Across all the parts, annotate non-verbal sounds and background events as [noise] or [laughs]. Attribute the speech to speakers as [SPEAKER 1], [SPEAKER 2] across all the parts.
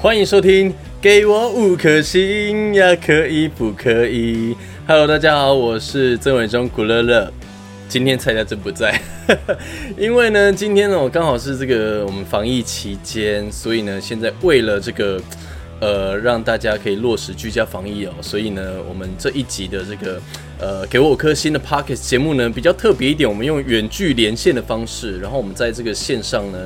[SPEAKER 1] 欢迎收听《给我五颗星呀，可以不可以》？Hello，大家好，我是曾伟忠古乐乐。今天蔡家真不在， [laughs] 因为呢，今天呢，我刚好是这个我们防疫期间，所以呢，现在为了这个呃，让大家可以落实居家防疫哦，所以呢，我们这一集的这个呃，给我五颗星的 Pocket 节目呢，比较特别一点，我们用远距连线的方式，然后我们在这个线上呢，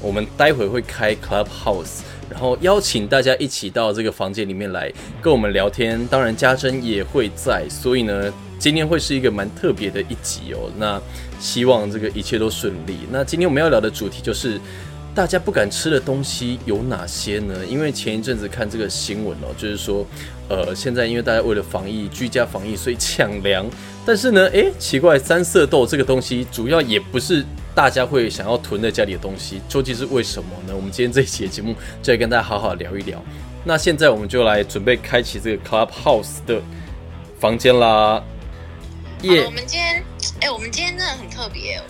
[SPEAKER 1] 我们待会会开 Clubhouse。然后邀请大家一起到这个房间里面来跟我们聊天，当然家珍也会在，所以呢，今天会是一个蛮特别的一集哦。那希望这个一切都顺利。那今天我们要聊的主题就是大家不敢吃的东西有哪些呢？因为前一阵子看这个新闻哦，就是说，呃，现在因为大家为了防疫、居家防疫，所以抢粮。但是呢，诶，奇怪，三色豆这个东西主要也不是大家会想要囤在家里的东西，究竟是为什么呢？我们今天这一期的节目就来跟大家好好聊一聊。那现在我们就来准备开启这个 Clubhouse 的房间啦，
[SPEAKER 2] 好
[SPEAKER 1] 耶、
[SPEAKER 2] 我们今天，哎、我们今天真的很特别、哦。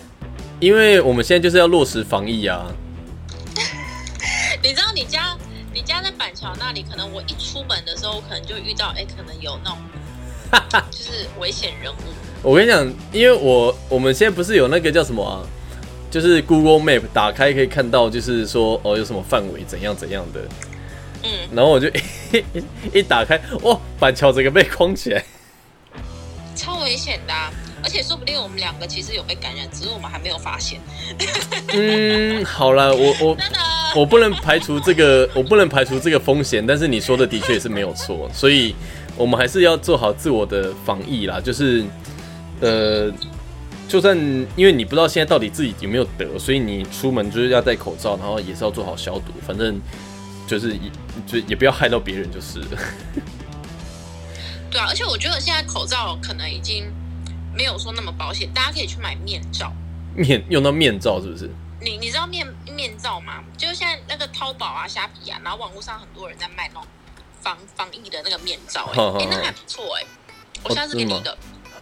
[SPEAKER 1] 因为我们现在就是要落实防疫啊，
[SPEAKER 2] 你知道你家，你家在板桥那里，可能我一出门的时候，我可能就遇到，哎、可能有那种， [laughs] 就是危险人物。
[SPEAKER 1] 我跟你讲，因为我我们现在不是有那个叫什么啊，就是 Google Map 打开可以看到，就是说哦有什么范围怎样怎样的，
[SPEAKER 2] 嗯，
[SPEAKER 1] 然后我就 [laughs] 一一打开，哇，板桥整个被框起来。
[SPEAKER 2] 超危险的啊、而且说不定我们两个其实有被感染，只是我们还没有发现。
[SPEAKER 1] 嗯，好啦，我我
[SPEAKER 2] 真的，
[SPEAKER 1] 我不能排除这个，我不能排除这个风险，但是你说的的确也是没有错，所以我们还是要做好自我的防疫啦，就是呃，就算因为你不知道现在到底自己有没有得，所以你出门就是要戴口罩，然后也是要做好消毒，反正就是也就也不要害到别人就是了。
[SPEAKER 2] 对啊，而且我觉得现在口罩可能已经没有说那么保险，大家可以去买面罩。
[SPEAKER 1] 面用到面罩是不是？
[SPEAKER 2] 你你知道面面罩吗？就是现在那个淘宝啊、虾皮啊，然后网络上很多人在卖那种防防疫的那个面罩、
[SPEAKER 1] [laughs] 好好
[SPEAKER 2] 哎、
[SPEAKER 1] 好
[SPEAKER 2] 哎，那还不错
[SPEAKER 1] 哦
[SPEAKER 2] 哎、我下次给你一个，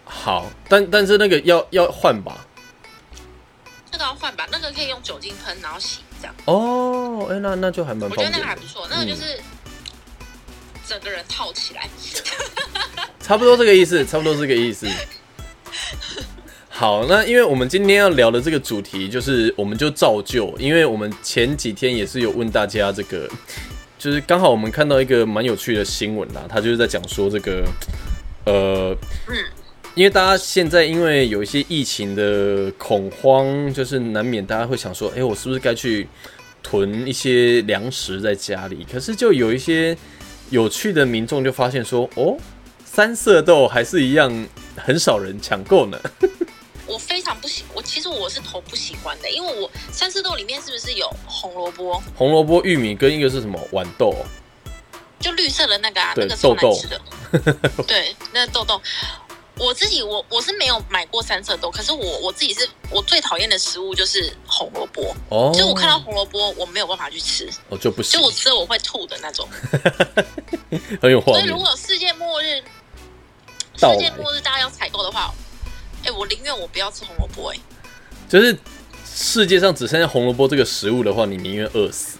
[SPEAKER 1] 好，但但是那个要要换吧。
[SPEAKER 2] 那个要换吧，那个可以用酒精喷然后洗这样，
[SPEAKER 1] 哦，哎、那那就还蛮
[SPEAKER 2] 我
[SPEAKER 1] 方
[SPEAKER 2] 觉得
[SPEAKER 1] 便嗯
[SPEAKER 2] 那个还
[SPEAKER 1] 的
[SPEAKER 2] 不，错，那个就是整个人套起来。
[SPEAKER 1] 差不多这个意思，差不多这个意思。好，那因为我们今天要聊的这个主题就是，我们就照旧，因为我们前几天也是有问大家这个，就是刚好我们看到一个蛮有趣的新闻啦，他就是在讲说这个，呃，
[SPEAKER 2] 嗯
[SPEAKER 1] 因为大家现在因为有一些疫情的恐慌，就是难免大家会想说，哎、我是不是该去囤一些粮食在家里？可是就有一些有趣的民众就发现说，哦，三色豆还是一样很少人抢购呢。
[SPEAKER 2] [laughs] 我非常不喜，我其实我是头不喜欢的，因为我三色豆里面是不是有红萝卜？
[SPEAKER 1] 红萝卜、玉米跟一个是什么豌豆哦、
[SPEAKER 2] 就绿色的那个啊，
[SPEAKER 1] 对
[SPEAKER 2] 那个超
[SPEAKER 1] 豆
[SPEAKER 2] 难
[SPEAKER 1] 豆
[SPEAKER 2] 吃
[SPEAKER 1] [laughs]
[SPEAKER 2] 的。对，那个豆豆，我自己我我是没有买过三色豆，可是我我自己是我最讨厌的食物就是红萝卜，
[SPEAKER 1] 哦，
[SPEAKER 2] 就我看到红萝卜我没有办法去吃，
[SPEAKER 1] 我就不行
[SPEAKER 2] 就，我吃了我会吐的那种。
[SPEAKER 1] 很有画
[SPEAKER 2] 所以
[SPEAKER 1] 面
[SPEAKER 2] 如。果世界末日，
[SPEAKER 1] 到来
[SPEAKER 2] 世界末日大家要采购的话，哎、我宁愿我不要吃红萝卜、哎，
[SPEAKER 1] 就是世界上只剩下红萝卜这个食物的话，你宁愿饿死，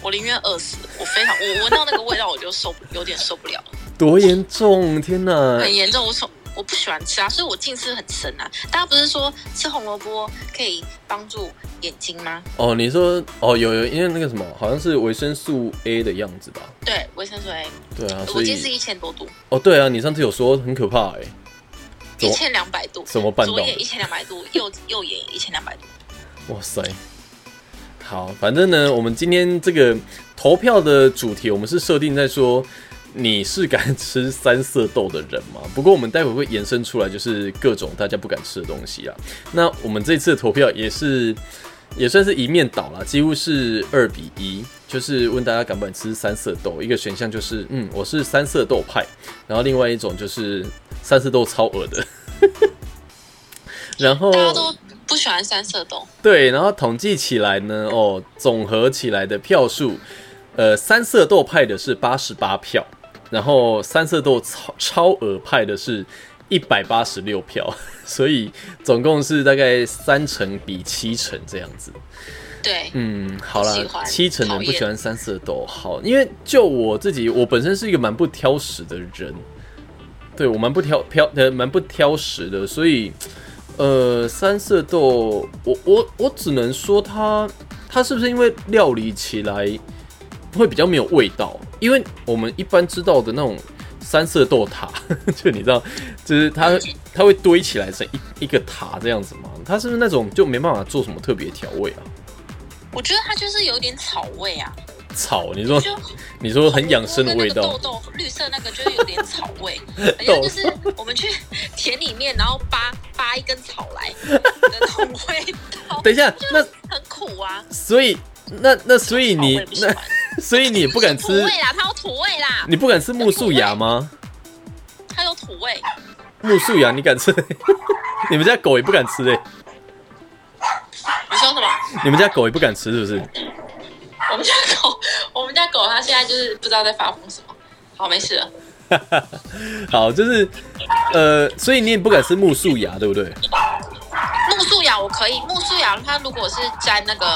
[SPEAKER 2] 我宁愿饿死，我非常我闻到那个味道我就受不有点受不了。
[SPEAKER 1] 多严重！天哪！
[SPEAKER 2] 很严重，我从我不喜欢吃啊，所以我近视很深啊。大家不是说吃红萝卜可以帮助眼睛吗？
[SPEAKER 1] 哦，你说哦，有有，因为那个什么，好像是维生素 A 的样子吧？
[SPEAKER 2] 对，维生素 A，
[SPEAKER 1] 对啊，所
[SPEAKER 2] 我近视
[SPEAKER 1] 以
[SPEAKER 2] 一千多度，
[SPEAKER 1] 哦，对啊，你上次有说很可怕哎、怎
[SPEAKER 2] 一
[SPEAKER 1] 么
[SPEAKER 2] 千两百度，
[SPEAKER 1] 怎么办到
[SPEAKER 2] 左眼
[SPEAKER 1] 的
[SPEAKER 2] 一？千两百
[SPEAKER 1] [laughs]
[SPEAKER 2] 度，右右眼一千两百度。
[SPEAKER 1] 哇塞！好，反正呢，我们今天这个投票的主题，我们是设定在说你是敢吃三色豆的人吗？ [laughs] 不过我们待会会延伸出来，就是各种大家不敢吃的东西啊。那我们这次的投票也是也算是一面倒啦，几乎是二比一，就是问大家敢不敢吃三色豆。一个选项就是，嗯，我是三色豆派，然后另外一种就是三色豆超恶的。 [laughs] 然后
[SPEAKER 2] 大家都不喜欢三色豆，
[SPEAKER 1] 对，然后统计起来呢，哦，总合起来的票数，呃，三色豆派的是八十八票，然后三色豆超超额派的是一百八十六票，所以总共是大概三成比七成这样子。
[SPEAKER 2] 对，
[SPEAKER 1] 嗯，好
[SPEAKER 2] 不喜
[SPEAKER 1] 啦，
[SPEAKER 2] 欢
[SPEAKER 1] 七成人
[SPEAKER 2] 讨
[SPEAKER 1] 不
[SPEAKER 2] 厌
[SPEAKER 1] 喜欢三色豆，好，因为就我自己，我本身是一个蛮不挑食的人，对我蛮不挑挑呃蛮不挑食的，所以呃三色豆，我我我只能说它它是不是因为料理起来会比较没有味道，因为我们一般知道的那种三色豆塔， [laughs] 就你知道，就是
[SPEAKER 2] 嗯
[SPEAKER 1] 它它会堆起来成一一个塔这样子嘛，它是不是那种就没办法做什么特别调味啊？
[SPEAKER 2] 我觉得它就是有点草味
[SPEAKER 1] [laughs]
[SPEAKER 2] 啊，
[SPEAKER 1] 草，你说
[SPEAKER 2] 就
[SPEAKER 1] 你说哦很养生的味
[SPEAKER 2] 那个
[SPEAKER 1] 道
[SPEAKER 2] 豆，豆绿色那个就是有点草
[SPEAKER 1] [laughs]
[SPEAKER 2] 味，好像就是我们去田里面，然后扒扒一根草
[SPEAKER 1] [laughs]
[SPEAKER 2] 来的那种味道，
[SPEAKER 1] 等一下，那
[SPEAKER 2] 很苦啊。
[SPEAKER 1] 所以那那所以你
[SPEAKER 2] 草味不喜欢
[SPEAKER 1] 那 [laughs] 所以你也不敢
[SPEAKER 2] 土
[SPEAKER 1] 吃，
[SPEAKER 2] 味啦，它有土味啦，
[SPEAKER 1] 你不敢吃木素芽吗？
[SPEAKER 2] 它有土味。
[SPEAKER 1] 木素芽你敢吃？ [laughs] 你们家狗也不敢吃嘞、
[SPEAKER 2] 你说什么？ [laughs]
[SPEAKER 1] 你们家狗也不敢吃是不 [laughs] 是？
[SPEAKER 2] 我们家狗，我们家狗它现在就是不知道在发疯什么。好，没事了。
[SPEAKER 1] 好，就是呃，所以你也不敢吃木素芽，对不对？
[SPEAKER 2] 木素雅我可以，木素雅它如果是沾那个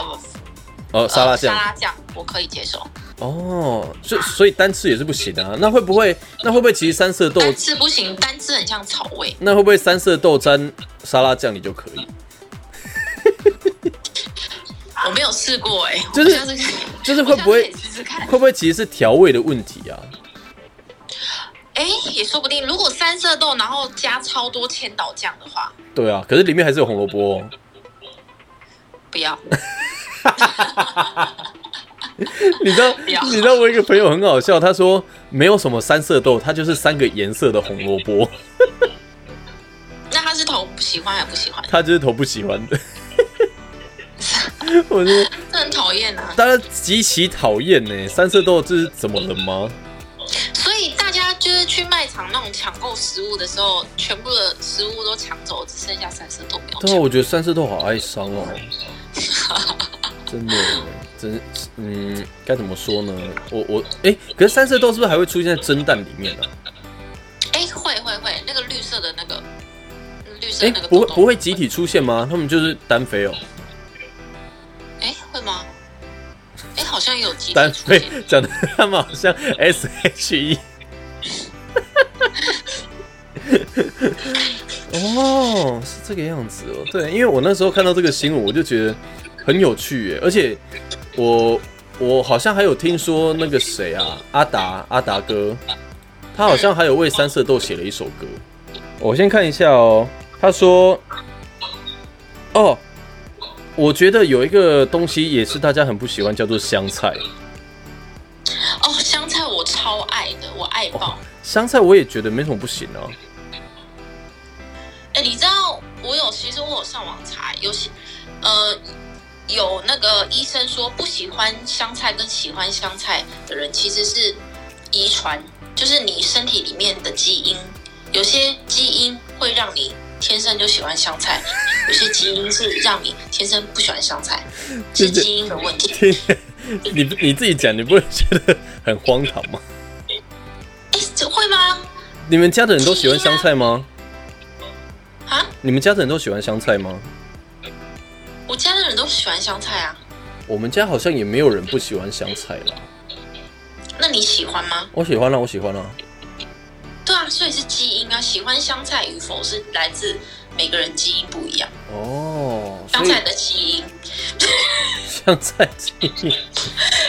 [SPEAKER 1] 哦，沙拉
[SPEAKER 2] 呃
[SPEAKER 1] 酱
[SPEAKER 2] 沙拉酱我可以接受，
[SPEAKER 1] 哦，所所以单吃也是不行的啊。那会不会那会不会其实三色豆
[SPEAKER 2] 单吃不行，单吃很像草味。
[SPEAKER 1] 那会不会三色豆沾沙拉酱你就可以？
[SPEAKER 2] 我没有试过哎、欸，
[SPEAKER 1] 就是
[SPEAKER 2] 我下次
[SPEAKER 1] 就是
[SPEAKER 2] 我
[SPEAKER 1] 会不会
[SPEAKER 2] 下次可以试试看？
[SPEAKER 1] 会不会其实是调味的问题啊？
[SPEAKER 2] 哎、也说不定。如果三色豆然后加超多千岛酱的话，
[SPEAKER 1] 对啊，可是里面还是有红萝卜、哦。 [laughs]
[SPEAKER 2] 不要。 [laughs]
[SPEAKER 1] 你知道，
[SPEAKER 2] 不要
[SPEAKER 1] 你知道我有一个朋友很好笑，他说没有什么三色豆，它就是三个颜色的红萝卜， [laughs]
[SPEAKER 2] 那他是投喜欢还不喜欢？
[SPEAKER 1] 他就是头不喜欢的。 [laughs] 我是
[SPEAKER 2] 这很讨厌啊！
[SPEAKER 1] 大家极其讨厌呢，三色豆这是怎么了吗？
[SPEAKER 2] 所以大家就是去卖场那种抢购食物的时候，全部的食物都抢走，只剩下三色豆没有
[SPEAKER 1] 对啊，
[SPEAKER 2] 抢。
[SPEAKER 1] 我觉得三色豆好哀伤哦，真的，真嗯，该怎么说呢？我我哎、可是三色豆是不是还会出现在蒸蛋里面呢、啊？
[SPEAKER 2] 哎、会会会，那个绿色的那个，绿色
[SPEAKER 1] 哎、
[SPEAKER 2] 的那个
[SPEAKER 1] 不
[SPEAKER 2] 豆
[SPEAKER 1] 会
[SPEAKER 2] 豆
[SPEAKER 1] 不会集？体出现吗？他们就是单飞哦，
[SPEAKER 2] 哎、会吗？哎、好像也有集体
[SPEAKER 1] 单
[SPEAKER 2] 出
[SPEAKER 1] 飞
[SPEAKER 2] 现。
[SPEAKER 1] 讲的他们好像 S H E。哦，是这个样子哦。对，因为我那时候看到这个新闻，我就觉得很有趣耶，而且我我好像还有听说那个谁啊，阿达阿达哥，他好像还有为三色豆写了一首歌。我先看一下哦，他说，哦，我觉得有一个东西也是大家很不喜欢，叫做香菜。
[SPEAKER 2] 哦，香菜我超爱的，我爱爆。
[SPEAKER 1] 香菜我也觉得没什么不行啊。
[SPEAKER 2] 哎、你知道我有，其实我有上网查，有些呃有那个医生说不喜欢香菜跟喜欢香菜的人其实是遗传，就是你身体里面的基因，有些基因会让你天生就喜欢香菜，有些基因是让你天生不喜欢香菜，是基因的问题。
[SPEAKER 1] 听你你自己讲，你不会觉得很荒唐吗？
[SPEAKER 2] 哎、这会吗？
[SPEAKER 1] 你们家的人都喜欢香菜吗？
[SPEAKER 2] 啊，
[SPEAKER 1] 你们家的人都喜欢香菜吗？
[SPEAKER 2] 我家的人都喜欢香菜啊，
[SPEAKER 1] 我们家好像也没有人不喜欢香菜啦。
[SPEAKER 2] 那你喜欢吗？
[SPEAKER 1] 我喜欢啦、我喜欢啦、啊
[SPEAKER 2] 对啊，所以是基因啊。喜欢香菜与否是来自每个人基因不一样。
[SPEAKER 1] 哦，所
[SPEAKER 2] 香
[SPEAKER 1] 以
[SPEAKER 2] 菜的基因，
[SPEAKER 1] 香菜基因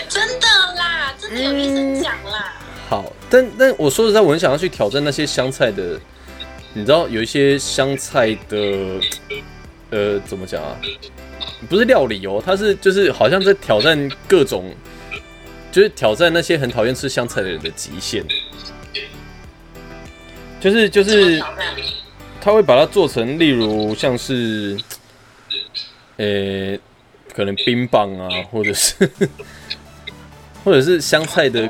[SPEAKER 2] 真的啦，真的有
[SPEAKER 1] 嗯
[SPEAKER 2] 医生讲啦。
[SPEAKER 1] 好，但但我说实在，我很想要去挑战那些香菜的，你知道有一些香菜的，呃，怎么讲啊？不是料理哦，它是就是好像在挑战各种，就是挑战那些很讨厌吃香菜的人的极限。就是就
[SPEAKER 2] 怎么
[SPEAKER 1] 是，
[SPEAKER 2] 挑战
[SPEAKER 1] 他会把它做成，例如像是，呃，可能冰棒啊，或者是 [laughs] 或者是香菜的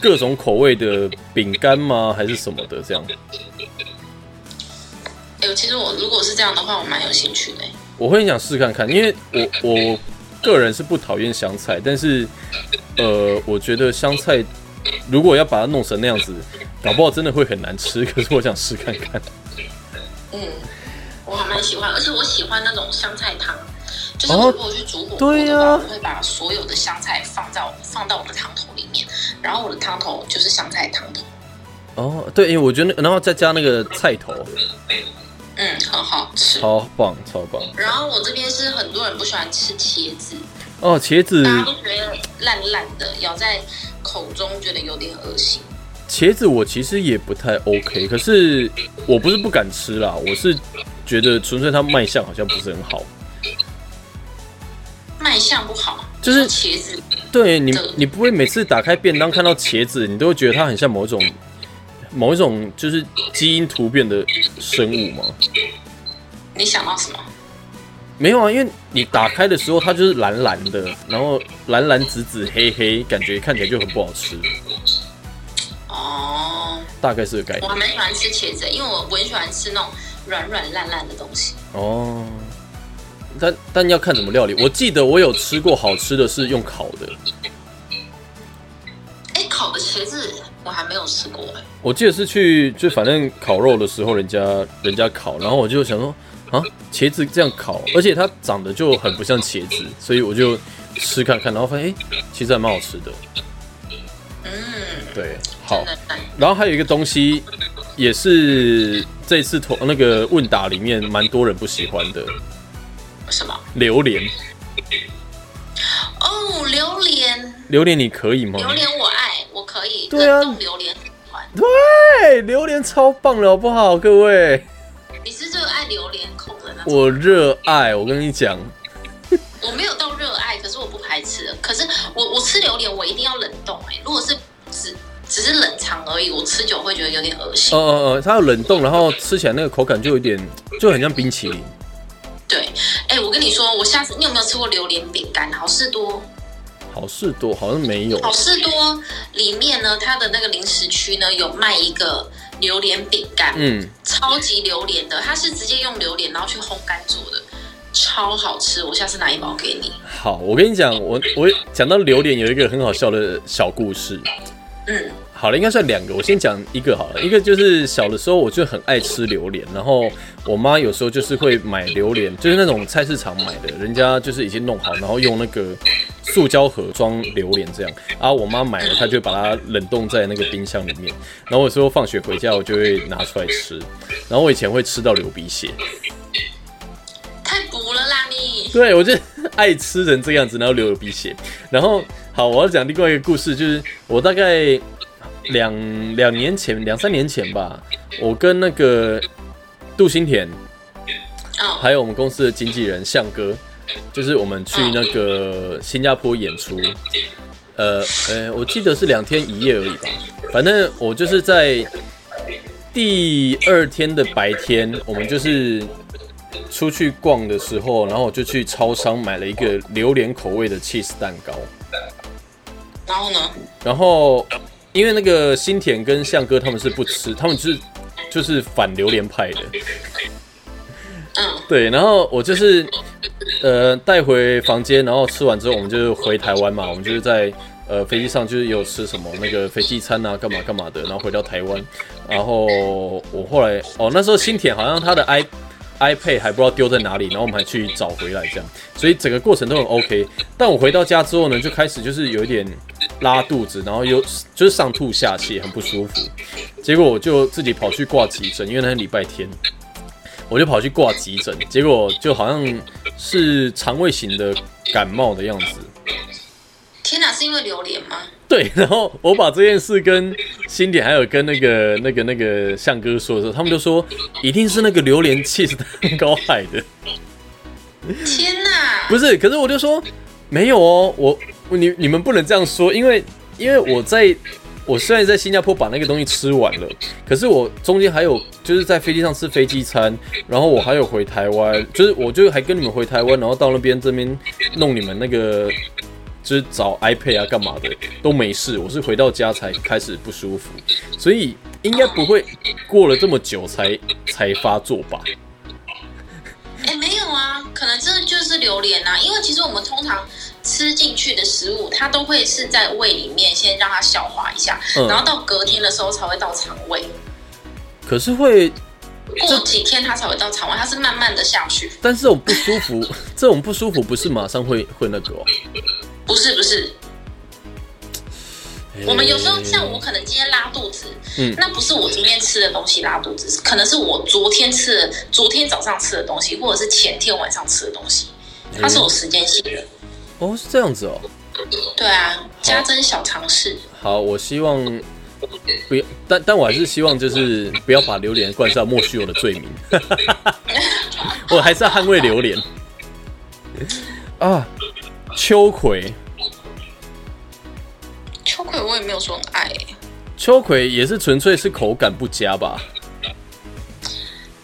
[SPEAKER 1] 各种口味的饼干吗？还是什么的这样？
[SPEAKER 2] 哎、其实我如果是这样的话，我蛮有兴趣的、欸
[SPEAKER 1] 我会很想试看看，因为我我个人是不讨厌香菜，但是呃，我觉得香菜如果要把它弄成那样子，搞不好真的会很难吃。可是我想试看看。
[SPEAKER 2] 嗯，我还蛮喜欢，而且我喜欢那种香菜汤，就是
[SPEAKER 1] 哦
[SPEAKER 2] 我如果去煮火锅
[SPEAKER 1] 对啊呀
[SPEAKER 2] 的话，我会把所有的香菜放到放到我的汤头里面，然后我的汤头就是香菜汤头，
[SPEAKER 1] 哦，对，因为我觉得那，然后再加那个菜头，
[SPEAKER 2] 嗯，很好吃。
[SPEAKER 1] 超棒，超棒。
[SPEAKER 2] [laughs] 然后我这边是很多人不喜欢吃茄子，
[SPEAKER 1] 哦，茄子，
[SPEAKER 2] 大家都觉得烂烂的，咬在口中觉得有点恶心。
[SPEAKER 1] 茄子我其实也不太 OK，可是我不是不敢吃啦，我是觉得纯粹它卖相好像不是很好。
[SPEAKER 2] 卖相不好，
[SPEAKER 1] 就是
[SPEAKER 2] 茄子，
[SPEAKER 1] 对你
[SPEAKER 2] 对，
[SPEAKER 1] 你不会每次打开便当看到茄子，你都会觉得它很像某种某一种就是基因突变的生物吗？
[SPEAKER 2] 你想到什么？
[SPEAKER 1] 没有啊，因为你打开的时候它就是蓝蓝的，然后蓝蓝紫紫黑黑，感觉看起来就很不好吃，
[SPEAKER 2] 哦，
[SPEAKER 1] 大概是个概
[SPEAKER 2] 我
[SPEAKER 1] 念
[SPEAKER 2] 还蛮喜欢吃茄子，因为我我很喜欢吃那种软软烂烂的东西。
[SPEAKER 1] 哦。但但要看怎么料理。我记得我有吃过好吃的是用烤的，
[SPEAKER 2] 哎，烤的茄子我还没有吃过哎。
[SPEAKER 1] 我记得是去就反正烤肉的时候，人家人家烤，然后我就想说啊，茄子这样烤，而且它长得就很不像茄子，所以我就吃看看，然后发现哎、诶其实还蛮好吃的。哦
[SPEAKER 2] 嗯，
[SPEAKER 1] 对，好
[SPEAKER 2] 真。的很
[SPEAKER 1] 然后还有一个东西，也是这次投那个问答里面蛮多人不喜欢的
[SPEAKER 2] 什么？
[SPEAKER 1] 榴莲。
[SPEAKER 2] 哦，榴莲，
[SPEAKER 1] 哦榴莲你可以吗？
[SPEAKER 2] 榴莲我爱，我可以
[SPEAKER 1] 对啊
[SPEAKER 2] 冷冻榴莲很喜欢。
[SPEAKER 1] 对，哎榴莲超棒的好不好，各位？
[SPEAKER 2] 你是热爱榴莲控的那种？
[SPEAKER 1] 我热爱，我跟你讲，
[SPEAKER 2] 我没有到热爱，可是我不排斥。可是我我吃榴莲，我一定要冷冻哎、如果是只只是冷藏而已，我吃久会觉得有点恶心。
[SPEAKER 1] 呃呃呃，它要冷冻，然后吃起来那个口感就有点，就很像冰淇淋。
[SPEAKER 2] 对，哎、我跟你说，我下次你有没有吃过榴莲饼干？好事多，
[SPEAKER 1] 好事多好像没有，
[SPEAKER 2] 好事多里面呢，它的那个零食区呢有卖一个榴莲饼干，
[SPEAKER 1] 嗯，
[SPEAKER 2] 超级榴莲的，它是直接用榴莲然后去烘干做的，超好吃。我下次拿一包给你。
[SPEAKER 1] 好，我跟你讲，我我讲到榴莲有一个很好笑的小故事。
[SPEAKER 2] 嗯，
[SPEAKER 1] 好了，应该算两个，我先讲一个好了。一个就是小的时候我就很爱吃榴莲，然后我妈有时候就是会买榴莲，就是那种菜市场买的，人家就是已经弄好，然后用那个塑胶盒装榴莲这样。啊，我妈买了，她就把它冷冻在那个冰箱里面。然后我有时候放学回家，我就会拿出来吃。然后我以前会吃到流鼻血。
[SPEAKER 2] 太补了啦你。
[SPEAKER 1] 对，我就爱吃成这样子，然后流了鼻血。然后，好，我要讲另外一个故事，就是我大概两两年前、两三年前吧，我跟那个杜新田，
[SPEAKER 2] 嗯
[SPEAKER 1] 还有我们公司的经纪人向哥，就是我们去那个新加坡演出，呃，呃，我记得是两天一夜而已吧。反正我就是在第二天的白天，我们就是出去逛的时候，然后我就去超商买了一个榴莲口味的 cheese 蛋糕，
[SPEAKER 2] 然后呢？
[SPEAKER 1] 然后因为那个新田跟向哥他们是不吃，他们就是就是反榴莲派的。
[SPEAKER 2] 嗯。
[SPEAKER 1] 对，然后我就是呃带回房间，然后吃完之后，我们就回台湾嘛，我们就是在呃飞机上就是有吃什么那个飞机餐啊，干嘛干嘛的，然后回到台湾，然后我后来哦那时候新田好像他的 i iPad 还不知道丢在哪里，然后我们还去找回来这样，所以整个过程都很 OK。但我回到家之后呢，就开始就是有一点拉肚子，然后又就是上吐下泻，很不舒服。结果我就自己跑去挂急诊，因为那是礼拜天。我就跑去挂急诊，结果就好像是肠胃型的感冒的样子。
[SPEAKER 2] 天哪，是因为榴莲吗？
[SPEAKER 1] 对， [laughs] 然后我把这件事跟新点还有跟那个那个那个向哥说的时候，他们就说一定是那 [laughs] 个榴莲 cheese 蛋糕害的，
[SPEAKER 2] 天哪！
[SPEAKER 1] 不是？可是我就说没有哦，我你你们不能这样说，因为因为我在我虽然在新加坡把那个东西吃完了，可是我中间还有就是在飞机上吃飞机餐，然后我还有回台湾，就是我就还跟你们回台湾，然后到那边这边弄你们那个就是找 iPad 啊干嘛的都没事，我是回到家才开始不舒服，所以应该不会过了这么久才才发作吧？
[SPEAKER 2] 哎，没有啊，可能真的就是榴莲啊，因为其实我们通常吃进去的食物，它都会是在胃里面先让它消化一下，
[SPEAKER 1] 嗯
[SPEAKER 2] 然后到隔天的时候才会到肠胃。
[SPEAKER 1] 可是会
[SPEAKER 2] 过几天它才会到肠胃，它是慢慢的下去。
[SPEAKER 1] 但是这种不舒服， [laughs] 这种不舒服不是马上会会那个哦。
[SPEAKER 2] 不是不是， [laughs] 我们有时候像我可能今天拉肚子，
[SPEAKER 1] 嗯
[SPEAKER 2] 那不是我今天吃的东西拉肚子，可能是我昨天吃的，昨天早上吃的东西，或者是前天晚上吃的东西，
[SPEAKER 1] 嗯
[SPEAKER 2] 它是有时间性的。
[SPEAKER 1] 哦，是这样子哦。
[SPEAKER 2] 对啊，加增小尝试。
[SPEAKER 1] 好，我希望不要，但但我还是希望就是不要把榴莲冠上莫须有的罪名， [laughs] 我还是要捍卫榴莲 [laughs] 啊。秋葵，
[SPEAKER 2] 秋葵我也没有说很爱欸、
[SPEAKER 1] 秋葵也是纯粹是口感不佳吧？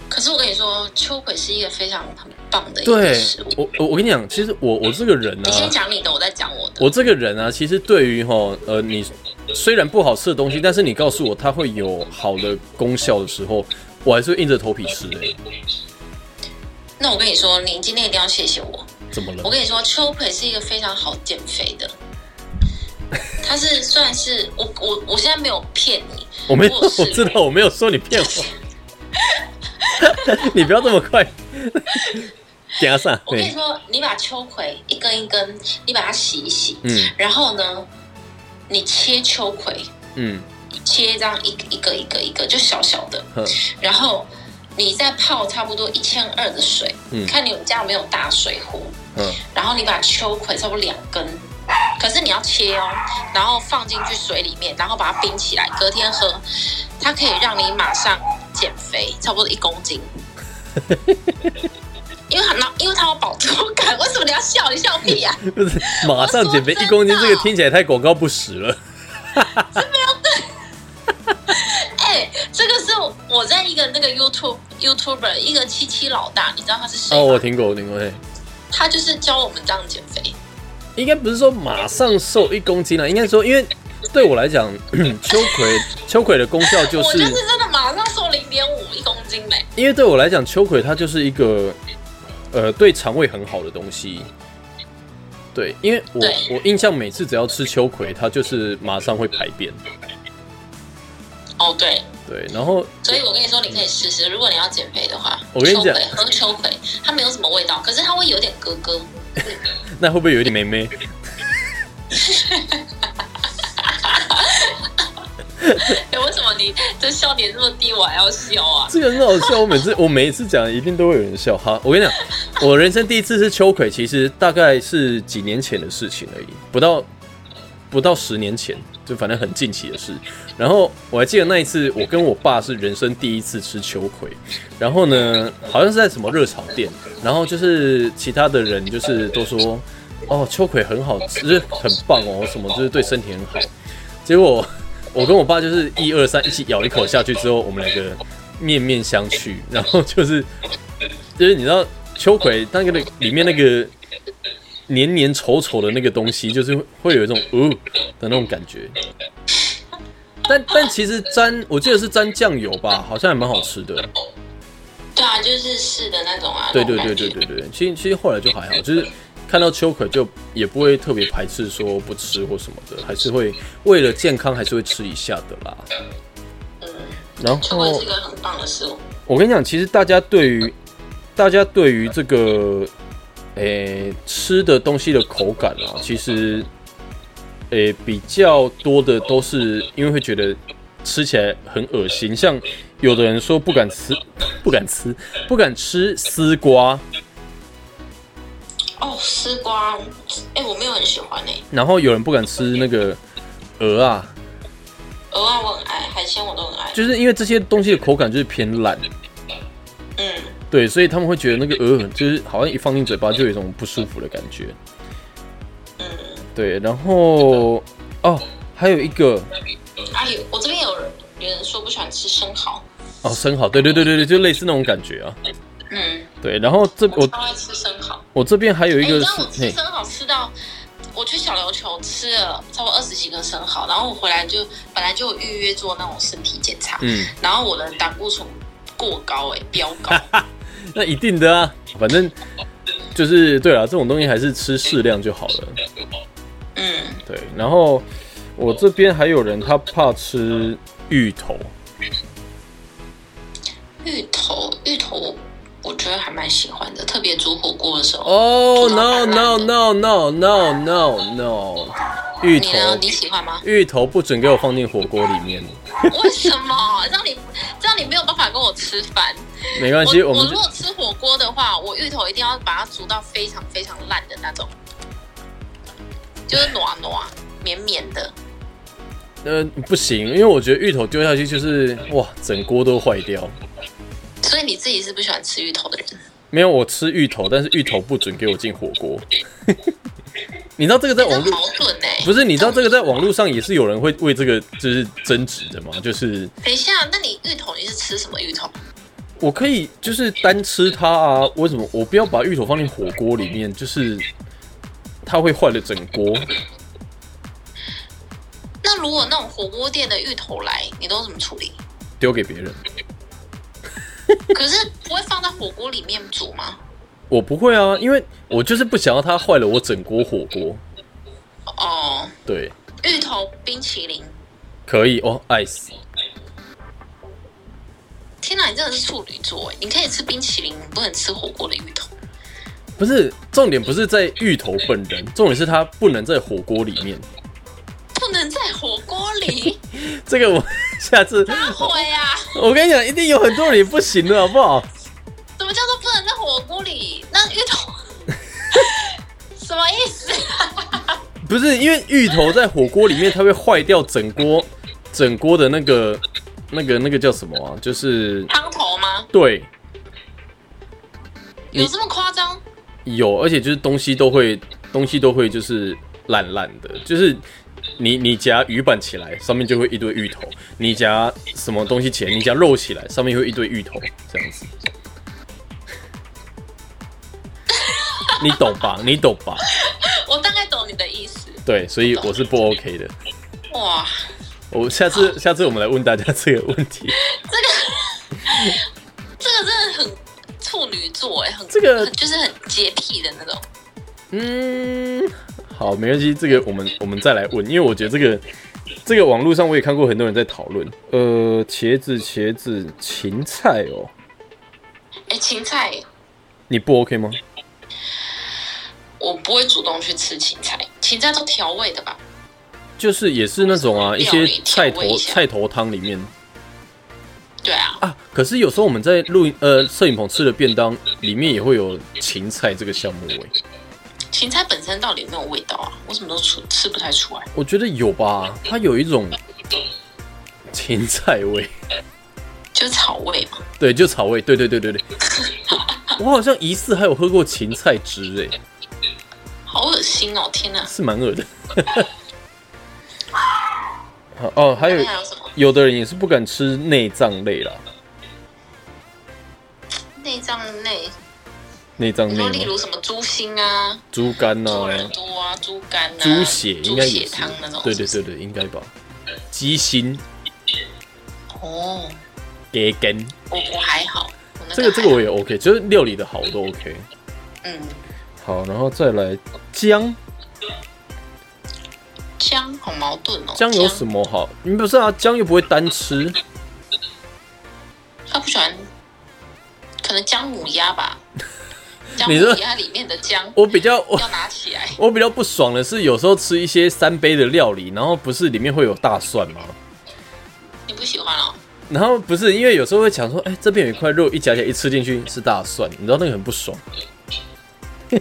[SPEAKER 2] 可是我跟你说，秋葵是一个非常很棒的一个
[SPEAKER 1] 对
[SPEAKER 2] 食物。
[SPEAKER 1] 我，我我跟你讲，其实我我这个人
[SPEAKER 2] 你先
[SPEAKER 1] 啊，
[SPEAKER 2] 讲你的，我再讲我的。
[SPEAKER 1] 我这个人啊，其实对于哈呃你虽然不好吃的东西，但是你告诉我它会有好的功效的时候，我还是会硬着头皮吃欸诶、
[SPEAKER 2] 那我跟你说，你今天一定要谢谢我。
[SPEAKER 1] 怎么了
[SPEAKER 2] 我？跟你说，秋葵是一个非常好减肥的，它是算是我我我现在没有骗你，
[SPEAKER 1] 我没有，
[SPEAKER 2] 我有试
[SPEAKER 1] 我知道我没有说你骗我， [laughs] 你不要这么快。 [laughs] 加上
[SPEAKER 2] 我跟你
[SPEAKER 1] 对，
[SPEAKER 2] 说，你把秋葵一根一根，你把它洗一洗，
[SPEAKER 1] 嗯
[SPEAKER 2] 然后呢，你切秋葵，
[SPEAKER 1] 嗯
[SPEAKER 2] 切这样一个一个一个一个，就小小的，
[SPEAKER 1] 呵
[SPEAKER 2] 然后你再泡差不多一千二的水，
[SPEAKER 1] 嗯
[SPEAKER 2] 看你们家有没有大水壶，
[SPEAKER 1] 嗯
[SPEAKER 2] 然后你把秋葵差不多两根，可是你要切哦，然后放进去水里面，然后把它冰起来，隔天喝，它可以让你马上减肥，差不多一公
[SPEAKER 1] [laughs]
[SPEAKER 2] 斤。因为它那，因为它有饱足感，为什么你要笑？你笑屁啊
[SPEAKER 1] [laughs]
[SPEAKER 2] 呀、
[SPEAKER 1] 不是马上减肥
[SPEAKER 2] 我
[SPEAKER 1] 一
[SPEAKER 2] 说真的
[SPEAKER 1] 公斤，这个听起来太广告不实了。
[SPEAKER 2] 哎、这个是我在一个那个 YouTube YouTuber 一个七七老大，你知道他是谁
[SPEAKER 1] 哦，
[SPEAKER 2] 吗？
[SPEAKER 1] 我听过，我听过。嘿
[SPEAKER 2] 他就是教我们这样减肥，
[SPEAKER 1] 应该不是说马上瘦一公斤啊，应该说，因为对我来讲， [clears throat] 秋葵秋葵的功效就
[SPEAKER 2] 我
[SPEAKER 1] 是，
[SPEAKER 2] 哦就是真的马上瘦零点五一公斤嘞、
[SPEAKER 1] 因为对我来讲，秋葵它就是一个呃对肠胃很好的东西。对，因为我
[SPEAKER 2] 对
[SPEAKER 1] 我印象每次只要吃秋葵，它就是马上会排便。
[SPEAKER 2] 哦，对，
[SPEAKER 1] 对，然后
[SPEAKER 2] 所以我跟你说，你可以试试，如果你要减肥的话，
[SPEAKER 1] 我跟你讲
[SPEAKER 2] 秋葵喝秋葵，它没有什么味道，可是它会有点咯咯。
[SPEAKER 1] 那会不会有一点妹妹？
[SPEAKER 2] 哎、 [laughs] 为什么你这笑点这么低，我还要笑啊？
[SPEAKER 1] 这个很好笑，我每次我每一次讲一定都会有人笑。哈，我跟你讲，我人生第一次吃秋葵，其实大概是几年前的事情而已，不到不到十年前，就反正很近期的事。然后我还记得那一次，我跟我爸是人生第一次吃秋葵，然后呢，好像是在什么热炒店，然后就是其他的人就是都说，哦，秋葵很好吃，就是很棒哦，什么就是对身体很好。结果我跟我爸就是一二三一起咬一口下去之后，我们两个面面相觑，然后就是 [laughs] 就是你知道秋葵那个里面那个黏黏稠稠的那个东西，就是会有一种哦的那种感觉。但但其实沾，我记得是沾酱油吧，好像还蛮好吃的。
[SPEAKER 2] 对啊，就是日式的那种啊。
[SPEAKER 1] 对对
[SPEAKER 2] 那种
[SPEAKER 1] 对
[SPEAKER 2] 感
[SPEAKER 1] 对
[SPEAKER 2] 觉
[SPEAKER 1] 对对，其实其实后来就还好，就是看到秋葵就也不会特别排斥说不吃或什么的，还是会为了健康还是会吃一下的啦。然
[SPEAKER 2] 秋葵
[SPEAKER 1] 后
[SPEAKER 2] 是一个很棒的食物。
[SPEAKER 1] 我跟你讲，其实大家对于大家对于这个诶、吃的东西的口感啊，其实诶、比较多的都是因为会觉得吃起来很恶心，像有的人说不敢吃不敢吃不敢吃丝瓜，
[SPEAKER 2] 哦，丝瓜，哎、我没有很喜欢哎、
[SPEAKER 1] 然后有人不敢吃那个鹅啊，
[SPEAKER 2] 鹅啊我很爱，海鲜我都很爱。
[SPEAKER 1] 就是因为这些东西的口感就是偏烂，
[SPEAKER 2] 嗯，
[SPEAKER 1] 对，所以他们会觉得那个鹅就是好像一放进嘴巴就有一种不舒服的感觉。
[SPEAKER 2] 嗯
[SPEAKER 1] 对，然后哦，还有一个
[SPEAKER 2] 啊有，我这边有人有人说不喜欢吃生蚝，
[SPEAKER 1] 哦，生蚝，对对对对对，就类似那种感觉啊。
[SPEAKER 2] 嗯，
[SPEAKER 1] 对，然后这
[SPEAKER 2] 我
[SPEAKER 1] 我
[SPEAKER 2] 超爱吃生蚝。
[SPEAKER 1] 我这边还有一
[SPEAKER 2] 哎，你
[SPEAKER 1] 个
[SPEAKER 2] 知道
[SPEAKER 1] 是
[SPEAKER 2] 我，吃
[SPEAKER 1] 嘿，
[SPEAKER 2] 生蚝吃到，我去小琉球吃了差不多二十几根生蚝，然后我回来就本来就有预约做那种身体检查，
[SPEAKER 1] 嗯，
[SPEAKER 2] 然后我的胆固醇过高、哎，飙
[SPEAKER 1] [laughs]
[SPEAKER 2] 高，
[SPEAKER 1] 那一定的啊，反正就是对了，啊这种东西还是吃适量就好了。
[SPEAKER 2] 嗯，
[SPEAKER 1] 对，然后我这边还有人他怕吃芋头，
[SPEAKER 2] 芋头，觉得还蛮喜欢的，特别煮火锅的时候。
[SPEAKER 1] 哦、
[SPEAKER 2] 头
[SPEAKER 1] no
[SPEAKER 2] 蛮烂
[SPEAKER 1] no
[SPEAKER 2] 的
[SPEAKER 1] no no no no no，芋
[SPEAKER 2] 你呢？
[SPEAKER 1] 头？
[SPEAKER 2] 你喜欢吗
[SPEAKER 1] [laughs] 芋头不准给我放进火锅里面，
[SPEAKER 2] 为什么让你让你没有办法跟我吃饭？
[SPEAKER 1] 没关系，
[SPEAKER 2] 我
[SPEAKER 1] 我
[SPEAKER 2] 我
[SPEAKER 1] 们
[SPEAKER 2] 如果吃火锅的话，我芋头一定要把它煮到非常非常烂的那种，就是软软绵绵的。
[SPEAKER 1] 呃不行，因为我觉得芋头丢下去就是哇，整锅都坏掉。
[SPEAKER 2] 所以你自己是不喜欢吃芋头的人，
[SPEAKER 1] 没有，我吃芋头，但是芋头不准给我进火锅。 [laughs] 你知道这个在
[SPEAKER 2] 这
[SPEAKER 1] 网络
[SPEAKER 2] 矛盾哎、
[SPEAKER 1] 不是？你知道这个在网络上也是有人会为这个就是争执的吗？就是
[SPEAKER 2] 等一下，那你芋头你是吃什么芋头？
[SPEAKER 1] 我可以就是单吃它啊，为什么我不要把芋头放进火锅里面？就是它会坏了整锅。
[SPEAKER 2] 那如果那种火锅店的芋头来，你都怎么处
[SPEAKER 1] [laughs]
[SPEAKER 2] 理？
[SPEAKER 1] 丢给别人。
[SPEAKER 2] 可是不会放在火锅里面煮吗？
[SPEAKER 1] 我不会啊，因为我就是不想要它坏了我整锅火锅。
[SPEAKER 2] 哦，
[SPEAKER 1] 对，
[SPEAKER 2] 芋头冰淇淋，
[SPEAKER 1] 可以哦，爱死。
[SPEAKER 2] 天哪，你真的是处女座哎！你可以吃冰淇淋，你不能吃火锅的芋头。
[SPEAKER 1] 不是重点，不是在芋头本人，重点是它不能在火锅里面。
[SPEAKER 2] 不能在火锅
[SPEAKER 1] [laughs]
[SPEAKER 2] 里啊
[SPEAKER 1] 这个我下次，
[SPEAKER 2] 发火呀！
[SPEAKER 1] 我跟你讲，一定有很多人也不行了，好不好？
[SPEAKER 2] 什么叫做不能在火锅里？那芋
[SPEAKER 1] [laughs]
[SPEAKER 2] 头什么意思？
[SPEAKER 1] 不是因为芋头在火锅里面，它会坏掉整锅，整锅的那个、那个、那个叫什么啊？就是
[SPEAKER 2] 汤头吗？
[SPEAKER 1] 对，你
[SPEAKER 2] 有这么夸张？
[SPEAKER 1] 有，而且就是东西都会，东西都会就是烂烂的，就是你你夹鱼板起来，上面就会一堆芋头；你夹什么东西起来，你夹肉起来，上面会一堆芋头，这样子。你懂吧？你懂吧？
[SPEAKER 2] 我大概懂你的意思。
[SPEAKER 1] 对，所以我是不 OK 的。
[SPEAKER 2] 哇，
[SPEAKER 1] 我下次下次我们来问大家这个问题。
[SPEAKER 2] 这个真的很处女座哎，很
[SPEAKER 1] 这个
[SPEAKER 2] 很就是很洁癖的那种。
[SPEAKER 1] 嗯，好，没关系，这个我们我们再来问，因为我觉得这个这个网络上我也看过很多人在讨论，呃，茄子茄子芹菜哦，
[SPEAKER 2] 哎，芹菜
[SPEAKER 1] 你不 OK 吗？
[SPEAKER 2] 我不会主动去吃芹菜，芹菜都调味的吧？
[SPEAKER 1] 就是也是那种啊，一
[SPEAKER 2] 料
[SPEAKER 1] 些
[SPEAKER 2] 理
[SPEAKER 1] 菜
[SPEAKER 2] 调味
[SPEAKER 1] 头
[SPEAKER 2] 一下
[SPEAKER 1] 菜头汤里面
[SPEAKER 2] 对啊，
[SPEAKER 1] 啊，可是有时候我们在录影呃摄影棚吃的便当里面也会有芹菜这个项目诶、
[SPEAKER 2] 芹菜本身到底有没有味道啊？我怎么都吃吃不太出来。
[SPEAKER 1] 我觉得有吧，它有一种芹菜味。 [laughs]
[SPEAKER 2] 就是草味嘛，
[SPEAKER 1] 对，就草味，对对对对对。我好像疑似还有喝过芹菜汁，哎，
[SPEAKER 2] 好恶心哦！天哪，
[SPEAKER 1] 是蛮恶的。 [laughs] 好哦，还有
[SPEAKER 2] 还有什么
[SPEAKER 1] 有的人也是不敢吃内脏类啦，
[SPEAKER 2] 内脏类？
[SPEAKER 1] 内脏
[SPEAKER 2] 你
[SPEAKER 1] 类
[SPEAKER 2] 说例
[SPEAKER 1] 吗
[SPEAKER 2] 如什么猪心啊、
[SPEAKER 1] 猪肝
[SPEAKER 2] 猪
[SPEAKER 1] 呐、
[SPEAKER 2] 耳朵啊、猪肝啊、
[SPEAKER 1] 呃猪血应该也
[SPEAKER 2] 猪血
[SPEAKER 1] 是
[SPEAKER 2] 汤那种，
[SPEAKER 1] 对对对对，应该吧。鸡心、
[SPEAKER 2] 哦，
[SPEAKER 1] 给根，
[SPEAKER 2] 我我还好，我那
[SPEAKER 1] 这个这个
[SPEAKER 2] 还好
[SPEAKER 1] 我也 OK，就是料理的好我都 OK。
[SPEAKER 2] 嗯，
[SPEAKER 1] 好，然后再来姜，
[SPEAKER 2] 姜好矛盾哦。
[SPEAKER 1] 姜有什么好？你不是啊，姜又不会单吃。
[SPEAKER 2] 他不喜欢，可能姜母鸭
[SPEAKER 1] [laughs]
[SPEAKER 2] 吧。姜
[SPEAKER 1] 你说
[SPEAKER 2] 母鸭里面的姜
[SPEAKER 1] 我比较我
[SPEAKER 2] 要拿起来，
[SPEAKER 1] 我比较不爽的是，有时候吃一些三杯的料理，然后不是里面会有大蒜吗？
[SPEAKER 2] 你不喜欢哦？
[SPEAKER 1] [laughs] 然后不是因为有时候会想说，哎、这边有一块肉，一夹起来一吃进去是大蒜，你知道那个很不爽，你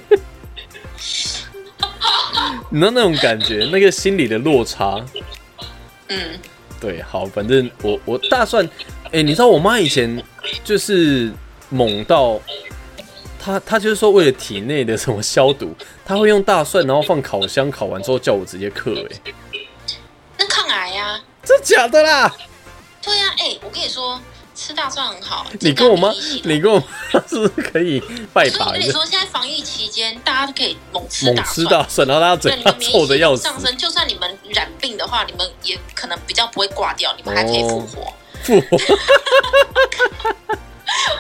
[SPEAKER 1] 知道那种感觉，那个心理的落差。
[SPEAKER 2] 嗯，
[SPEAKER 1] 对，好，反正我我大蒜，哎、你知道我妈以前就是猛到，她她就是说为了体内的什么消毒，她会用大蒜，然后放烤箱，烤完之后叫我直接嗑、哎。
[SPEAKER 2] 那抗癌呀、啊，
[SPEAKER 1] 真假的啦？
[SPEAKER 2] 对呀、啊，哎、我跟你说，吃大蒜很好。
[SPEAKER 1] 你跟我妈
[SPEAKER 2] 健康免疫系，统
[SPEAKER 1] 你跟我妈是不是可以拜
[SPEAKER 2] 所以我
[SPEAKER 1] 把
[SPEAKER 2] 跟
[SPEAKER 1] 一
[SPEAKER 2] 你
[SPEAKER 1] 下？
[SPEAKER 2] 说，现在防疫期间，大家都可以猛吃
[SPEAKER 1] 猛
[SPEAKER 2] 大
[SPEAKER 1] 吃
[SPEAKER 2] 蒜。
[SPEAKER 1] 大蒜，然后大家
[SPEAKER 2] 对，
[SPEAKER 1] 嘴
[SPEAKER 2] 你
[SPEAKER 1] 巴
[SPEAKER 2] 们免疫
[SPEAKER 1] 臭的
[SPEAKER 2] 系
[SPEAKER 1] 要
[SPEAKER 2] 统
[SPEAKER 1] 死，
[SPEAKER 2] 上升，就算你们染病的话，你们也可能比较不会挂掉，你们还可以复活。
[SPEAKER 1] 哦复活！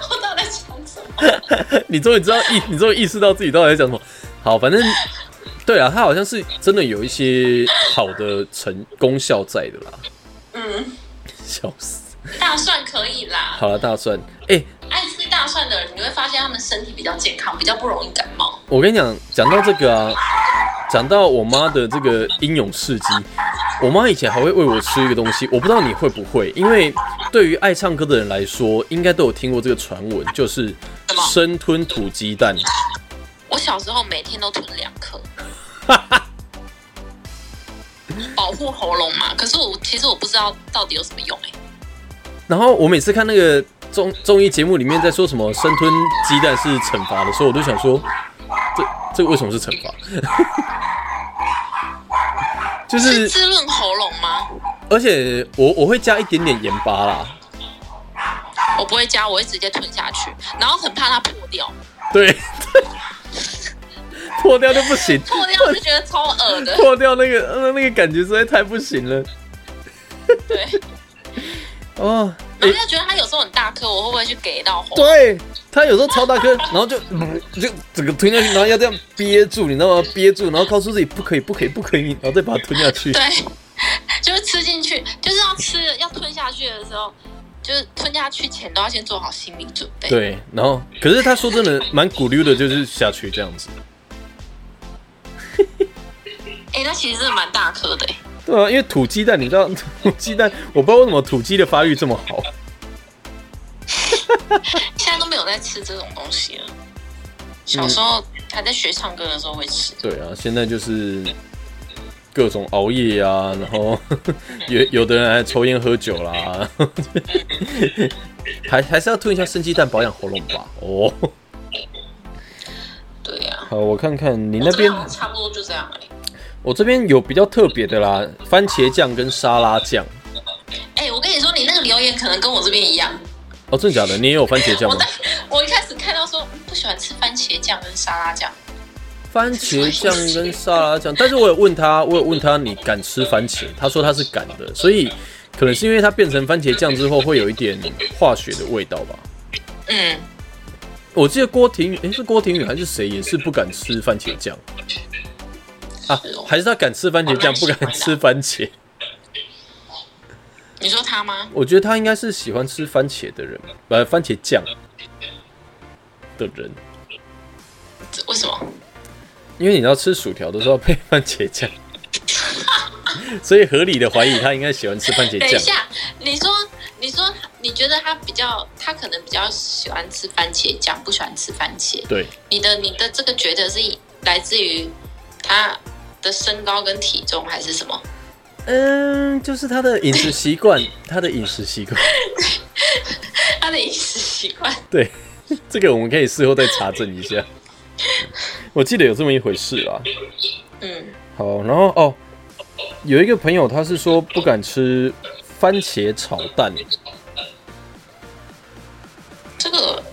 [SPEAKER 2] 我到底在讲什么？
[SPEAKER 1] [laughs] 你终于知道意，你终于意识到自己到底在讲什么。好，反正对啊，它好像是真的有一些好的成功效在的啦，
[SPEAKER 2] 嗯，
[SPEAKER 1] 笑死！
[SPEAKER 2] 大蒜可以啦，
[SPEAKER 1] 好了，大蒜，哎、
[SPEAKER 2] 爱吃大蒜的人你会发现他们身体比较健康，比较不容易感冒。
[SPEAKER 1] 我跟你讲，讲到这个啊，讲到我妈的这个英勇事迹，我妈以前还会喂我吃一个东西，我不知道你会不会，因为对于爱唱歌的人来说，应该都有听过这个传闻，就是
[SPEAKER 2] 什么
[SPEAKER 1] 生吞土鸡蛋。
[SPEAKER 2] 我小时候每天都吞两颗，保护喉咙嘛。可是我其实我不知道到底有什么用哎、
[SPEAKER 1] 然后我每次看那个综综艺节目里面在说什么生吞鸡蛋是惩罚的时候，我都想说，这这为什么是惩罚？ [laughs] 就是是，
[SPEAKER 2] 滋润喉咙吗？
[SPEAKER 1] 而且我我会加一点点盐巴啦，
[SPEAKER 2] 我不会加，我会直接吞下去，然后很怕它破掉，
[SPEAKER 1] 对， [laughs] 破掉就不行，
[SPEAKER 2] 破掉我就觉得超恶
[SPEAKER 1] [laughs]
[SPEAKER 2] 的。
[SPEAKER 1] 破掉那个呃那个感觉实在太不行了
[SPEAKER 2] 对，
[SPEAKER 1] 哦。
[SPEAKER 2] 然
[SPEAKER 1] 诶
[SPEAKER 2] 后又觉得它有时候很大颗，我会不会去给到喉？
[SPEAKER 1] 对，它有时候超大颗，然后就嗯就整个吞下去，然后要这样憋住，你知道吗？憋住，然后告诉自己不可以，不可以，不可以，然后再把它吞下去。
[SPEAKER 2] 对， [laughs] 就是吃进去，就是要吃要吞下去的时候，就是吞下去前都要先做好心理准
[SPEAKER 1] [laughs]
[SPEAKER 2] 备。，
[SPEAKER 1] 对，然后可是他说真的蛮鼓溜的，就是下去这样子。
[SPEAKER 2] 哎、那其实真的蛮大颗的、欸。
[SPEAKER 1] 对啊，因为土鸡蛋，你知道 [laughs] 土鸡蛋，我不知道为什么土鸡的发育这么好。
[SPEAKER 2] 现在都没有在吃这种东西了。小时
[SPEAKER 1] 嗯
[SPEAKER 2] 候还在学唱歌的时候会吃，
[SPEAKER 1] 对啊，现在就是各种熬夜啊，然后 [laughs] 有有的人还抽烟喝酒啦， [laughs] 还还是要吞一下生鸡蛋保养喉咙吧。哦，
[SPEAKER 2] 对呀、
[SPEAKER 1] 好，我看看你
[SPEAKER 2] 我
[SPEAKER 1] 那
[SPEAKER 2] 这
[SPEAKER 1] 边
[SPEAKER 2] 边，好像差不多就这样哎、欸。
[SPEAKER 1] 我这边有比较特别的啦，番茄酱跟沙拉酱。
[SPEAKER 2] 哎、我跟你说，你那个留言可能跟我这边一样。
[SPEAKER 1] 哦，真的假的？你也有番茄酱
[SPEAKER 2] 我
[SPEAKER 1] 吗
[SPEAKER 2] 在？我一开始看到说嗯不喜欢吃番茄酱跟沙拉酱，
[SPEAKER 1] 番茄酱跟沙拉酱，但是我有问他，我有问他你敢吃番茄？他说他是敢的，所以可能是因为它变成番茄酱之后会有一点化学的味道吧。
[SPEAKER 2] 嗯，
[SPEAKER 1] 我记得郭婷宇，诶、是郭婷宇还是谁也是不敢吃番茄酱啊
[SPEAKER 2] 是哦？
[SPEAKER 1] 还是他敢吃番茄酱，不敢吃番茄？
[SPEAKER 2] 你说他吗？
[SPEAKER 1] 我觉得他应该是喜欢吃番茄的人，呃，番茄酱的人，
[SPEAKER 2] 这为什么？
[SPEAKER 1] 因为你知道吃薯条的时候配番茄酱，所以合理的怀疑他应该喜欢吃番茄
[SPEAKER 2] 等一
[SPEAKER 1] 酱。
[SPEAKER 2] 下，你说你说你觉得他比较，他可能比较喜欢吃番茄酱，不喜欢吃番茄。
[SPEAKER 1] 对，
[SPEAKER 2] 你的你的这个觉得是来自于他的身高跟体重还是什么？
[SPEAKER 1] 嗯，就是他的饮食习惯，他的饮食习惯，
[SPEAKER 2] 他的饮食习惯？
[SPEAKER 1] 对，这个我们可以事后再查证一下。我记得有这么一回事啦。
[SPEAKER 2] 嗯，
[SPEAKER 1] 好，然后哦，有一个朋友他是说不敢吃番茄炒蛋，
[SPEAKER 2] 这个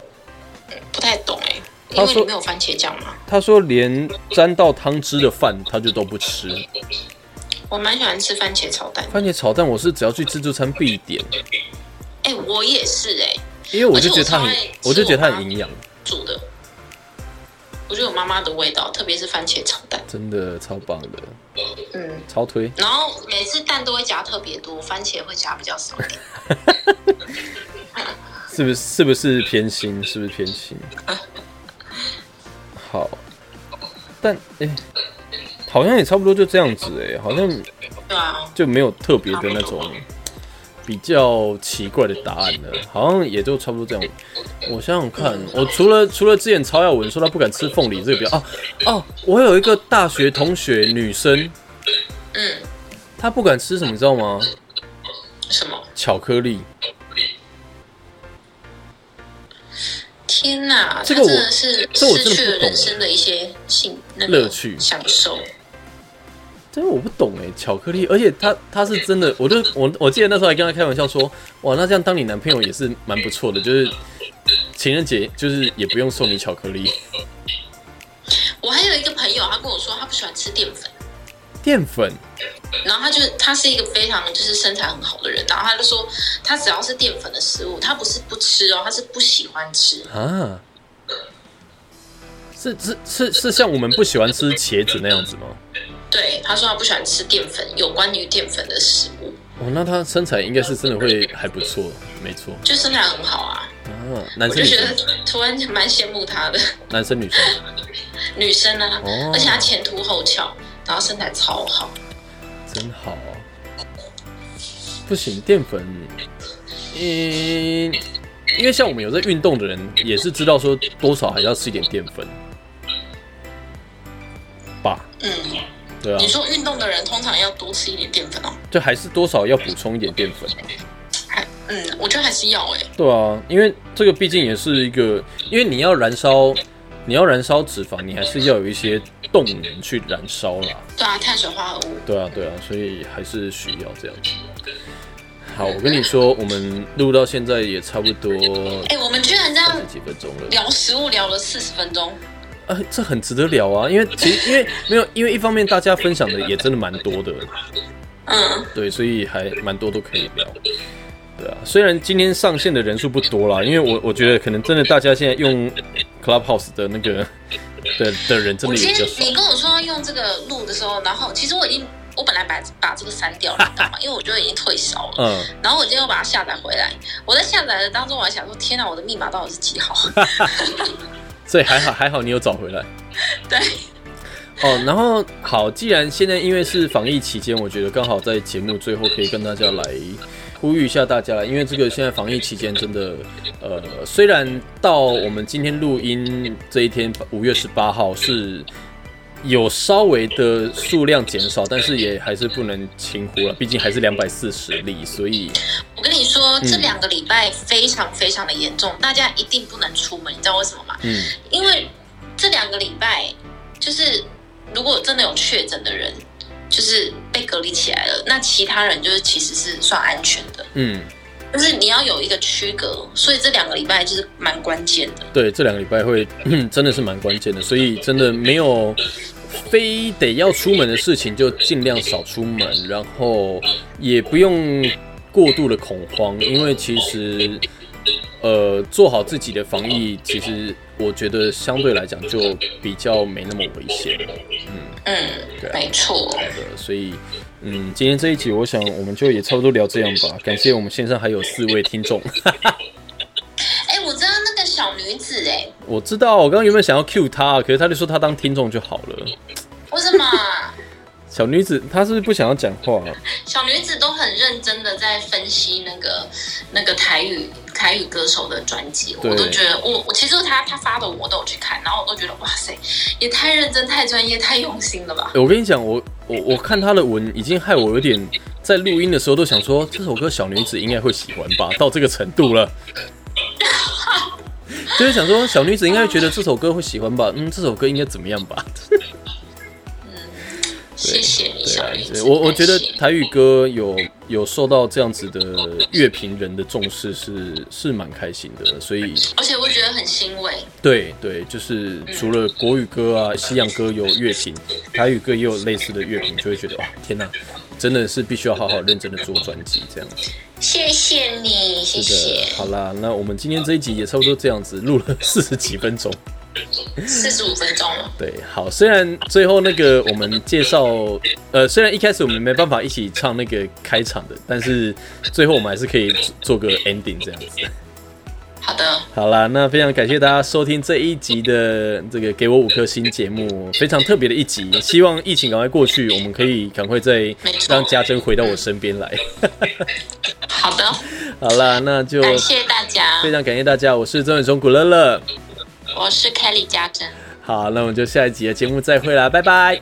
[SPEAKER 2] 嗯不太懂哎、因
[SPEAKER 1] 他
[SPEAKER 2] 为
[SPEAKER 1] 说
[SPEAKER 2] 你没有番茄酱嘛。
[SPEAKER 1] 他说连沾到汤汁的饭他就都不吃。
[SPEAKER 2] 我蛮喜欢吃番茄炒蛋，
[SPEAKER 1] 番茄炒蛋我是只要去自助餐必点，
[SPEAKER 2] 哎、我也是哎、
[SPEAKER 1] 因为我就觉得它很
[SPEAKER 2] 而且，我超爱吃
[SPEAKER 1] 我就觉得它很营养，
[SPEAKER 2] 煮的，我觉得有妈妈的味道，特别是番茄炒蛋。
[SPEAKER 1] 真的超棒的，
[SPEAKER 2] 嗯，
[SPEAKER 1] 超推。
[SPEAKER 2] 然后每次蛋都会加特别多，番茄会加比较少。
[SPEAKER 1] [laughs] 是不是是不是偏心？是不是偏心？好，但哎、好像也差不多就这样子哎、好像
[SPEAKER 2] 对啊，
[SPEAKER 1] 就没有特别的那种比较奇怪的答案了，好像也就差不多这样。我想想看，我除了除了之前曹雅文说她不敢吃凤梨这个比较啊哦，我有一个大学同学女生，
[SPEAKER 2] 嗯，
[SPEAKER 1] 她不敢吃什么，你知道吗？
[SPEAKER 2] 什么？
[SPEAKER 1] 巧克力。
[SPEAKER 2] 天哪，
[SPEAKER 1] 这个我
[SPEAKER 2] 他真的是
[SPEAKER 1] 这我真的
[SPEAKER 2] 失去了
[SPEAKER 1] 不懂欸
[SPEAKER 2] 人生的一些性那个
[SPEAKER 1] 乐趣
[SPEAKER 2] 享受。
[SPEAKER 1] 真的我不懂哎，巧克力，而且他他是真的，我就我我记得那时候还跟他开玩笑说，哇，那这样当你男朋友也是蛮不错的，就是情人节就是也不用送你巧克力，
[SPEAKER 2] 我还有一个朋友，他跟我说他不喜欢吃淀粉，
[SPEAKER 1] 淀粉
[SPEAKER 2] 然后他就他是一个非常就是身材很好的人，然后他就说他只要是淀粉的食物，他不是不吃哦，他是不喜欢吃。
[SPEAKER 1] 啊，是是是是像我们不喜欢吃茄子那样子吗？
[SPEAKER 2] 对，他说他不喜欢吃淀粉，有关于淀粉的食物，
[SPEAKER 1] 哦，那他身材应该是真的会还不错，没错
[SPEAKER 2] 就身材很好啊。
[SPEAKER 1] 啊，嗯，男
[SPEAKER 2] 我
[SPEAKER 1] 生女
[SPEAKER 2] 就觉
[SPEAKER 1] 生
[SPEAKER 2] 得，突然蛮羡慕她的
[SPEAKER 1] 男生女生，
[SPEAKER 2] 女生啊，
[SPEAKER 1] 哦
[SPEAKER 2] 而且她前凸后翘，然后身材超好，
[SPEAKER 1] 真好啊！不行，淀粉，嗯，因为像我们有在运动的人，也是知道说多少还要吃一点淀粉，吧？
[SPEAKER 2] 嗯，
[SPEAKER 1] 对啊
[SPEAKER 2] 你，说运动的人通常要多吃一点淀粉哦，
[SPEAKER 1] 就还是多少要补充一点淀粉啊。
[SPEAKER 2] 还嗯，我觉得还是要哎、
[SPEAKER 1] 对啊，因为这个毕竟也是一个，因为你要燃烧，你要燃烧脂肪，你还是要有一些动能去燃烧啦。
[SPEAKER 2] 对啊，碳水化合物，
[SPEAKER 1] 对啊，对啊，所以还是需要这样子。好，我跟你说，我们录到现在也差不多
[SPEAKER 2] 哎、我们居然这
[SPEAKER 1] 二
[SPEAKER 2] 样
[SPEAKER 1] 十几分钟了，
[SPEAKER 2] 聊食物聊了四十分钟，
[SPEAKER 1] 啊，这很值得聊啊，因为其实因为没有，因为一方面大家分享的也真的蛮多的，
[SPEAKER 2] 嗯，
[SPEAKER 1] 对，所以还蛮多都可以聊。对啊，虽然今天上线的人数不多啦，因为我我觉得可能真的大家现在用 Clubhouse 的那个的的人真
[SPEAKER 2] 我
[SPEAKER 1] 的也
[SPEAKER 2] 今
[SPEAKER 1] 比较
[SPEAKER 2] 天
[SPEAKER 1] 少
[SPEAKER 2] 你。跟我说要用这个录的时候，然后其实我已经我本来把把这个删掉了，你知道吗？因为我觉得已经退烧了。
[SPEAKER 1] 嗯，
[SPEAKER 2] 然后我今天又把它下载回来，我在下载的当中，我还想说，天哪，我的密码到底是几号？
[SPEAKER 1] 所以还好还好你有找回来。
[SPEAKER 2] 对，
[SPEAKER 1] 哦，然后好，既然现在因为是防疫期间，我觉得刚好在节目最后可以跟大家来呼吁一下大家啦，因为这个现在防疫期间真的，呃，虽然到我们今天录音这一天五月十八号是有稍微的数量减少，但是也还是不能轻忽了，毕竟还是两百四十例，所以
[SPEAKER 2] 我跟你说，这两个礼拜非常非常的严重，大家一定不能出门，你知道为什么吗？
[SPEAKER 1] 嗯
[SPEAKER 2] 因为这两个礼拜，就是如果真的有确诊的人，就是被隔离起来了，那其他人就是其实是算安全的，
[SPEAKER 1] 嗯，
[SPEAKER 2] 但是你要有一个区隔，所以这两个礼拜就是蛮关键的。
[SPEAKER 1] 对，这两个礼拜会 [clears throat] 真的是蛮关键的，所以真的没有非得要出门的事情，就尽量少出门，然后也不用过度的恐慌，因为其实呃做好自己的防疫，其实我觉得相对来讲就比较没那么危险了。
[SPEAKER 2] 嗯
[SPEAKER 1] 对，啊
[SPEAKER 2] 没错。
[SPEAKER 1] 好的，所以嗯，今天这一集我想我们就也差不多聊这样吧。 [laughs] 感谢我们线上还有四位听众， [laughs]
[SPEAKER 2] 哎，我知道那个小女子、哎，
[SPEAKER 1] 我知道我刚刚原本想要 cue 她，可是她就说她当听众就好了。
[SPEAKER 2] 为什么？啊
[SPEAKER 1] [laughs] 小女子她是不是不想要讲话、啊？
[SPEAKER 2] 小女子都很认真的在分析那个那个台语台语歌手的专辑，
[SPEAKER 1] 对
[SPEAKER 2] 我都觉得我我其实她她发的我都有去看，然后我都觉得哇塞，也太认真、太专业、太用心了吧。
[SPEAKER 1] 欸我跟你讲，我我我看她的文已经害我有点在录音的时候都想说，这首歌小女子应该会喜欢吧，到这个程度
[SPEAKER 2] [laughs]
[SPEAKER 1] 了。就是想说，小女子应该会觉得这首歌会喜欢吧？嗯，这首歌应该怎么样吧？
[SPEAKER 2] 谢谢你，
[SPEAKER 1] 对
[SPEAKER 2] 小
[SPEAKER 1] 啊
[SPEAKER 2] 女，子。
[SPEAKER 1] 对我我觉得
[SPEAKER 2] 感谢
[SPEAKER 1] 台语歌有有受到这样子的乐评人的重视是是蛮开心的，所以
[SPEAKER 2] 而且我觉得很欣慰。
[SPEAKER 1] 对对，就是除了国语歌啊、西洋歌有乐评，台语歌也有类似的乐评，就会觉得哇，天哪，真的是必须要好好认真的做专辑这样。
[SPEAKER 2] 谢谢你，谢
[SPEAKER 1] 是的
[SPEAKER 2] 谢，。
[SPEAKER 1] 好啦，那我们今天这一集也差不多这样子，录了四十几分钟。
[SPEAKER 2] 四十五分钟了，
[SPEAKER 1] 对，好，虽然最后那个我们介绍，呃，虽然一开始我们没办法一起唱那个开场的，但是最后我们还是可以做个 ending 这样子。
[SPEAKER 2] 好的，
[SPEAKER 1] 好啦，那非常感谢大家收听这一集的这个“给我五颗星”节目，非常特别的一集。希望疫情赶快过去，我们可以赶快再
[SPEAKER 2] 没错
[SPEAKER 1] 让家珍回到我身边来。 [laughs]
[SPEAKER 2] 好的，
[SPEAKER 1] 好啦，那就
[SPEAKER 2] 感谢大家
[SPEAKER 1] 非。常感谢大家，我是曾伟忠古乐乐。
[SPEAKER 2] 我是凯莉家珍，
[SPEAKER 1] 好，那我们就下一集的节目再会啦，拜拜。